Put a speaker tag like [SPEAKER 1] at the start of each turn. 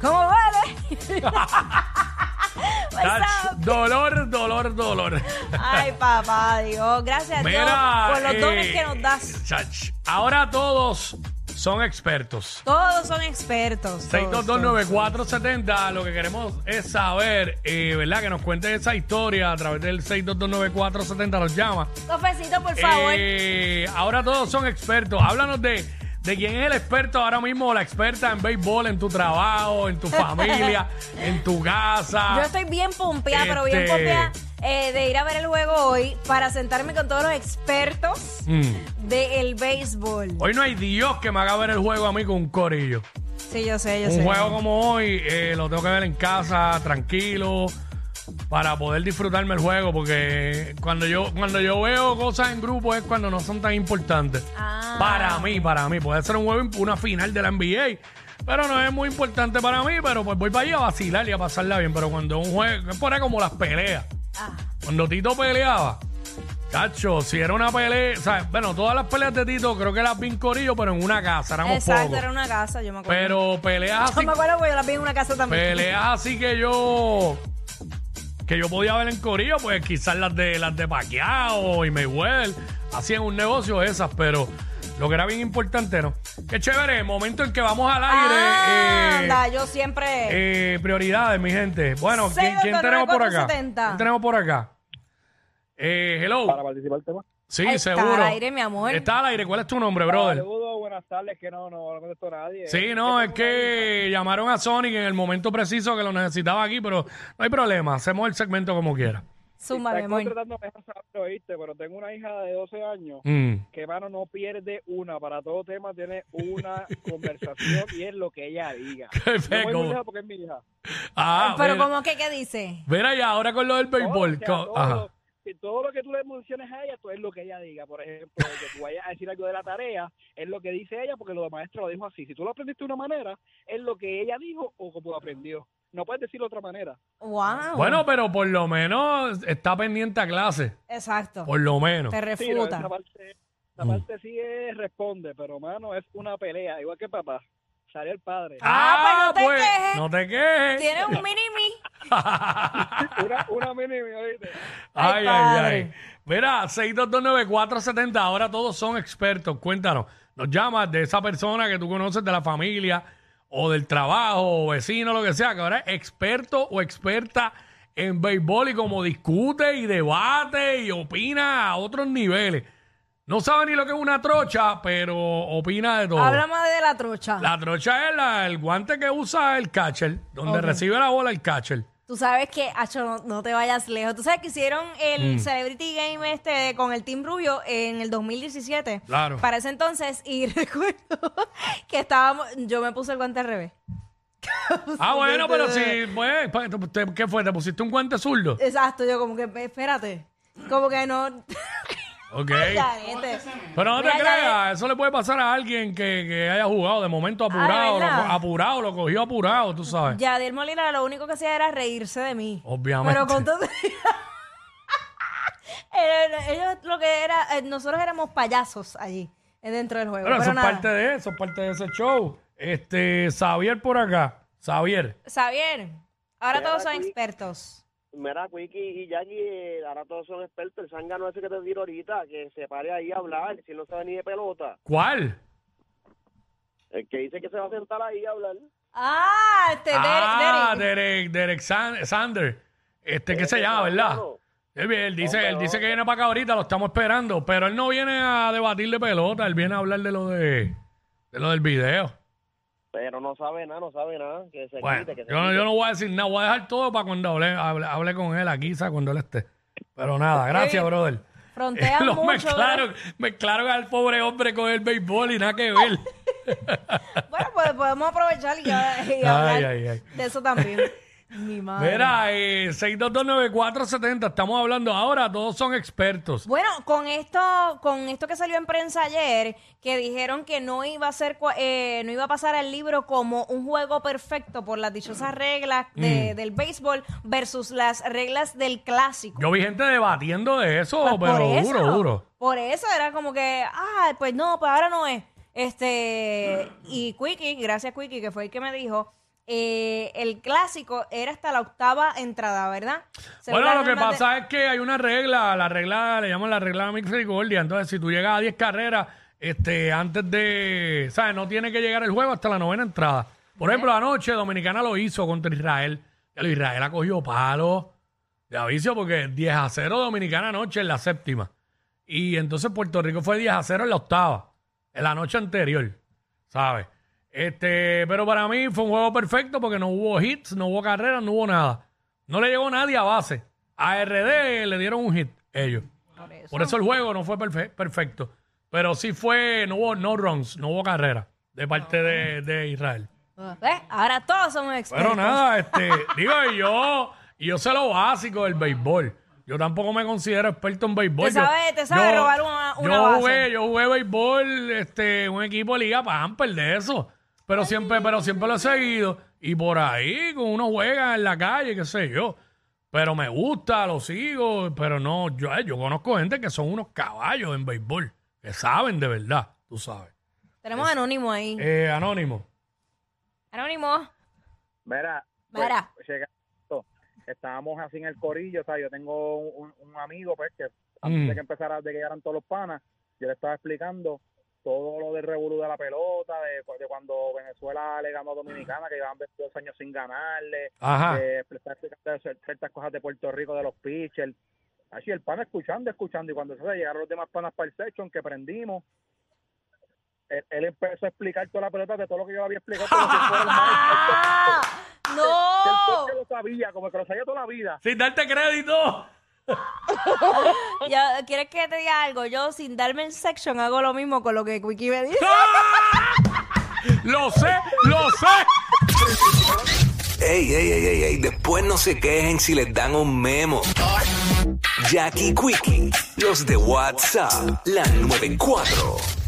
[SPEAKER 1] ¿Cómo duele?
[SPEAKER 2] Ach,
[SPEAKER 1] What's up?
[SPEAKER 2] dolor, dolor, dolor.
[SPEAKER 1] Ay, papá, Dios. Gracias a
[SPEAKER 2] Mira.
[SPEAKER 1] Dios por los dones
[SPEAKER 2] eh,
[SPEAKER 1] que nos das.
[SPEAKER 2] chach, ahora todos son expertos.
[SPEAKER 1] Todos son expertos. todos, todos.
[SPEAKER 2] 6229470, lo que queremos es saber, eh, ¿verdad? Que nos cuentes esa historia a través del 6229470, nos llama.
[SPEAKER 1] Cofecito, por favor.
[SPEAKER 2] Eh, ahora todos son expertos. Háblanos de, de quién es el experto ahora mismo o la experta en béisbol, en tu trabajo, en tu familia, en tu casa.
[SPEAKER 1] Yo estoy bien pompeada, pero bien
[SPEAKER 2] este-
[SPEAKER 1] pompeada eh, de ir a ver el juego hoy para sentarme con todos los expertos del béisbol.
[SPEAKER 2] Mm. Hoy no hay Dios que me haga ver el juego a mí con un corillo.
[SPEAKER 1] Sí, yo sé, yo
[SPEAKER 2] Un
[SPEAKER 1] sé.
[SPEAKER 2] juego como hoy eh, lo tengo que ver en casa, tranquilo, para poder disfrutarme el juego, porque cuando yo cuando yo veo cosas en grupo es cuando no son tan importantes.
[SPEAKER 1] Ah.
[SPEAKER 2] Para mí, para mí. Puede ser un juego, una final de la NBA, pero no es muy importante para mí, pero pues voy para allá a vacilar y a pasarla bien. Pero cuando un juego, es por ahí como las peleas.
[SPEAKER 1] Ah,
[SPEAKER 2] Cuando Tito peleaba, cacho, si era una pelea, o sea, bueno, todas las peleas de Tito creo que las vi en corillo, pero en una casa, éramos
[SPEAKER 1] exacto,
[SPEAKER 2] pocos.
[SPEAKER 1] era una casa, yo me acuerdo.
[SPEAKER 2] Pero peleas
[SPEAKER 1] Yo
[SPEAKER 2] así
[SPEAKER 1] me acuerdo porque yo la vi en una casa también.
[SPEAKER 2] peleas así que yo que yo podía ver en Corillo, pues quizás las de las de Pacquiao y Mayweather hacían un negocio esas, pero lo que era bien importante, ¿no? Qué chévere, el momento en que vamos al aire.
[SPEAKER 1] Ah,
[SPEAKER 2] eh,
[SPEAKER 1] anda, yo siempre...
[SPEAKER 2] eh, prioridades, mi gente. Bueno, ¿quién, quién tenemos por acá?
[SPEAKER 1] 6229470.
[SPEAKER 2] ¿Quién tenemos por acá? Eh,
[SPEAKER 3] para
[SPEAKER 2] hello.
[SPEAKER 3] participar tema.
[SPEAKER 2] Sí,
[SPEAKER 1] Está
[SPEAKER 2] seguro.
[SPEAKER 1] al aire, mi amor.
[SPEAKER 2] Está al aire. ¿Cuál es tu nombre, brother?
[SPEAKER 3] Saludos, buenas tardes, que no, no, no contestó nadie.
[SPEAKER 2] Sí, no, es que llamaron a Sonic en el momento preciso que lo necesitaba aquí, pero no hay problema, hacemos el segmento como quiera.
[SPEAKER 1] Zumba, mi
[SPEAKER 3] Estás
[SPEAKER 1] amor.
[SPEAKER 3] contratando mejor saberlo, oíste, pero tengo una hija de 12 años
[SPEAKER 2] Mm.
[SPEAKER 3] que, mano, no pierde una. Para todo tema tiene una conversación y es lo que ella diga. No voy
[SPEAKER 2] Perfecto.
[SPEAKER 3] muy lejos porque es mi hija.
[SPEAKER 2] Ah,
[SPEAKER 1] Pero
[SPEAKER 2] mira,
[SPEAKER 1] como que, ¿qué dice?
[SPEAKER 2] mira ya, ahora con lo del béisbol.
[SPEAKER 3] Todo, o sea,
[SPEAKER 2] co-
[SPEAKER 3] todo,
[SPEAKER 2] ajá.
[SPEAKER 3] si todo lo que tú le menciones a ella, todo es lo que ella diga. Por ejemplo, que tú vayas a decir algo de la tarea, es lo que dice ella porque lo de maestra lo dijo así. Si tú lo aprendiste de una manera, es lo que ella dijo o como lo aprendió. No puedes decirlo de otra manera.
[SPEAKER 1] Wow.
[SPEAKER 2] Bueno, pero por lo menos está pendiente a clase,
[SPEAKER 1] Exacto.
[SPEAKER 2] por lo menos.
[SPEAKER 1] Te
[SPEAKER 3] Sí, no, esa
[SPEAKER 1] refuta.
[SPEAKER 3] parte, esa
[SPEAKER 2] Mm.
[SPEAKER 3] parte sí es responde, pero mano, es una pelea, igual que papá. Salió el padre.
[SPEAKER 1] Ah, pues no te quejes.
[SPEAKER 2] no te quejes.
[SPEAKER 1] Tiene un mini mi.
[SPEAKER 3] Una, una mini, oíste.
[SPEAKER 2] Ay, ay,
[SPEAKER 1] Ay,
[SPEAKER 2] ay.
[SPEAKER 1] padre.
[SPEAKER 2] Mira, 6229470, ahora todos son expertos. Cuéntanos, nos llamas de esa persona que tú conoces, de la familia o del trabajo o vecino, lo que sea, que ahora es experto o experta en béisbol y como discute y debate y opina a otros niveles. No sabe ni lo que es una trocha, pero opina de todo.
[SPEAKER 1] Habla más de la trocha.
[SPEAKER 2] Oh. La trocha es la- el guante que usa el catcher, donde
[SPEAKER 1] Ok.
[SPEAKER 2] recibe la bola el catcher.
[SPEAKER 1] Tú sabes que, Acho, no, no te vayas lejos. Tú sabes que hicieron
[SPEAKER 2] Mm.
[SPEAKER 1] el Celebrity Game este de- con el Team Rubio en el 2017.
[SPEAKER 2] Claro.
[SPEAKER 1] Para ese entonces, y recuerdo que estábamos. Yo me puse el guante al revés.
[SPEAKER 2] Ah, bueno, pero si, pues, pa- te- ¿qué fue? ¿Te pusiste un guante zurdo?
[SPEAKER 1] Exacto, yo como que, espérate. Como que no.
[SPEAKER 2] Ok.
[SPEAKER 1] Ya, gente.
[SPEAKER 2] Pero no te
[SPEAKER 1] Mira, ya
[SPEAKER 2] creas, eso le puede pasar a alguien que, que haya jugado de momento apurado, lo,
[SPEAKER 1] ¿verdad?
[SPEAKER 2] co- apurado, lo cogió apurado, tú sabes.
[SPEAKER 1] Yadier Molina lo único que hacía era reírse de mí.
[SPEAKER 2] Obviamente.
[SPEAKER 1] Pero con todo... Eh, Ellos lo que era... eh, Nosotros éramos payasos allí, eh, dentro del juego.
[SPEAKER 2] Pero eso
[SPEAKER 1] Pero
[SPEAKER 2] es
[SPEAKER 1] nada.
[SPEAKER 2] parte de eso, es parte de ese show. Este, Xavier por acá. Xavier.
[SPEAKER 1] Xavier, ahora
[SPEAKER 4] Ya,
[SPEAKER 1] todos son
[SPEAKER 4] aquí.
[SPEAKER 1] expertos.
[SPEAKER 4] Mira, Quiki y Jackie, eh, ahora todos son expertos. El zángano ese que te tiro ahorita, que se pare ahí a hablar, si no sabe ni de pelota.
[SPEAKER 2] ¿Cuál?
[SPEAKER 4] El que dice que se va a sentar ahí a hablar.
[SPEAKER 1] Ah, este Derek,
[SPEAKER 2] ah,
[SPEAKER 1] Derek.
[SPEAKER 2] Derek, Derek San- Sander. Este, ¿qué se
[SPEAKER 4] Ese
[SPEAKER 2] llama, verdad?
[SPEAKER 4] zángano.
[SPEAKER 2] Él, él dice,
[SPEAKER 4] Hombre,
[SPEAKER 2] él dice que
[SPEAKER 4] hombre.
[SPEAKER 2] viene para acá ahorita, lo estamos esperando, pero él no viene a debatir de pelota, él viene a hablar de lo de, de lo del video.
[SPEAKER 4] Pero no sabe nada, no sabe nada. Que se
[SPEAKER 2] Bueno,
[SPEAKER 4] quite, que se
[SPEAKER 2] yo, no-
[SPEAKER 4] quite.
[SPEAKER 2] yo no voy a decir nada, voy a dejar todo para cuando hable, hable, hable con él aquí, ¿sabes? cuando él esté. Pero nada, gracias, brother.
[SPEAKER 1] Frontean
[SPEAKER 2] Lo
[SPEAKER 1] mucho.
[SPEAKER 2] mezclaron, mezclaron al pobre hombre con el béisbol y nada que ver.
[SPEAKER 1] Bueno, pues podemos aprovechar y, y hablar
[SPEAKER 2] Ay, ay, ay.
[SPEAKER 1] de eso también. Mi madre.
[SPEAKER 2] Mira, eh, 6229470, estamos hablando ahora, todos son expertos.
[SPEAKER 1] Bueno, con esto, con esto que salió en prensa ayer, que dijeron que no iba a ser, cua- eh, no iba a pasar el libro como un juego perfecto por las dichosas reglas
[SPEAKER 2] Mm.
[SPEAKER 1] de- del béisbol versus las reglas del clásico.
[SPEAKER 2] Yo vi gente debatiendo de eso,
[SPEAKER 1] Pues
[SPEAKER 2] pero
[SPEAKER 1] por eso,
[SPEAKER 2] duro, duro.
[SPEAKER 1] Por eso era como que, ah, pues no, pues ahora no es. Este, y Quickie, gracias Quickie, que fue el que me dijo, eh, el clásico era hasta la octava entrada, ¿verdad? Según
[SPEAKER 2] Bueno,
[SPEAKER 1] las
[SPEAKER 2] lo que
[SPEAKER 1] normas de-
[SPEAKER 2] pasa es que hay una regla, la regla, le llaman la regla de misericordia. Entonces, si tú llegas a 10 carreras, este, antes de, ¿sabes? No tiene que llegar el juego hasta la novena entrada. Por ejemplo, anoche Dominicana lo hizo contra Israel. Ya lo Israel ha cogido palos de aviso porque 10 a 0 Dominicana anoche en la séptima. Y entonces Puerto Rico fue 10 a 0 en la octava, en la noche anterior, ¿sabes? Este, pero para mí fue un juego perfecto porque no hubo hits, no hubo carreras, no hubo nada. No le llegó nadie a base. A RD le dieron un hit ellos.
[SPEAKER 1] Por eso.
[SPEAKER 2] Por eso el juego no fue perfe- perfecto. Pero sí fue, no hubo no runs, no hubo carrera de parte de, de Israel.
[SPEAKER 1] ¿Ves? ¿Eh? Ahora todos somos expertos.
[SPEAKER 2] Pero nada, este, digo y yo, y yo sé lo básico del béisbol. Yo tampoco me considero experto en béisbol.
[SPEAKER 1] Te
[SPEAKER 2] Yo-
[SPEAKER 1] sabes- te sabes
[SPEAKER 2] yo-
[SPEAKER 1] robar una- una
[SPEAKER 2] yo
[SPEAKER 1] base.
[SPEAKER 2] Jugué, yo jugué béisbol, este, un equipo de Liga Pamper de eso. Pero siempre, pero siempre lo he seguido. Y por ahí, con uno juega en la calle, qué sé yo. Pero me gusta, lo sigo, pero no, yo, eh, yo conozco gente que son unos caballos en béisbol, que saben de verdad, tú sabes.
[SPEAKER 1] Tenemos a Anónimo ahí.
[SPEAKER 2] Eh, anónimo.
[SPEAKER 1] Anónimo.
[SPEAKER 3] Mira, pues,
[SPEAKER 1] Mira.
[SPEAKER 3] llega- estábamos así en el corillo, o sea, yo tengo un, un amigo, pues, que antes
[SPEAKER 2] Mm.
[SPEAKER 3] de que empezara, de que llegaran todos los panas, yo le estaba explicando todo lo del revolú de la pelota, de, de cuando Venezuela le ganó a Dominicana, que llevaban 22 años sin ganarle,
[SPEAKER 2] Ajá.
[SPEAKER 3] de estar explicando cier- ciertas cosas de Puerto Rico, de los pitchers. Así el pana escuchando, escuchando, y cuando se llegaron los demás panas para el session que prendimos, él, él empezó a explicar toda la pelota de todo lo que yo le había explicado. como si fuera el maestro.
[SPEAKER 1] ¡Ah!
[SPEAKER 3] Que el
[SPEAKER 1] ¡No!
[SPEAKER 3] coche lo sabía, como que lo sabía toda la vida.
[SPEAKER 2] Sin darte crédito.
[SPEAKER 1] Ya, ¿Quieres que te diga algo? Yo, sin darme el section, hago lo mismo con lo que Quickie me dice.
[SPEAKER 2] Lo sé, lo sé.
[SPEAKER 5] Ey, ey, ey, ey, ey, después no se quejen si les dan un memo. Jackie Quickie, los de WhatsApp, la 94.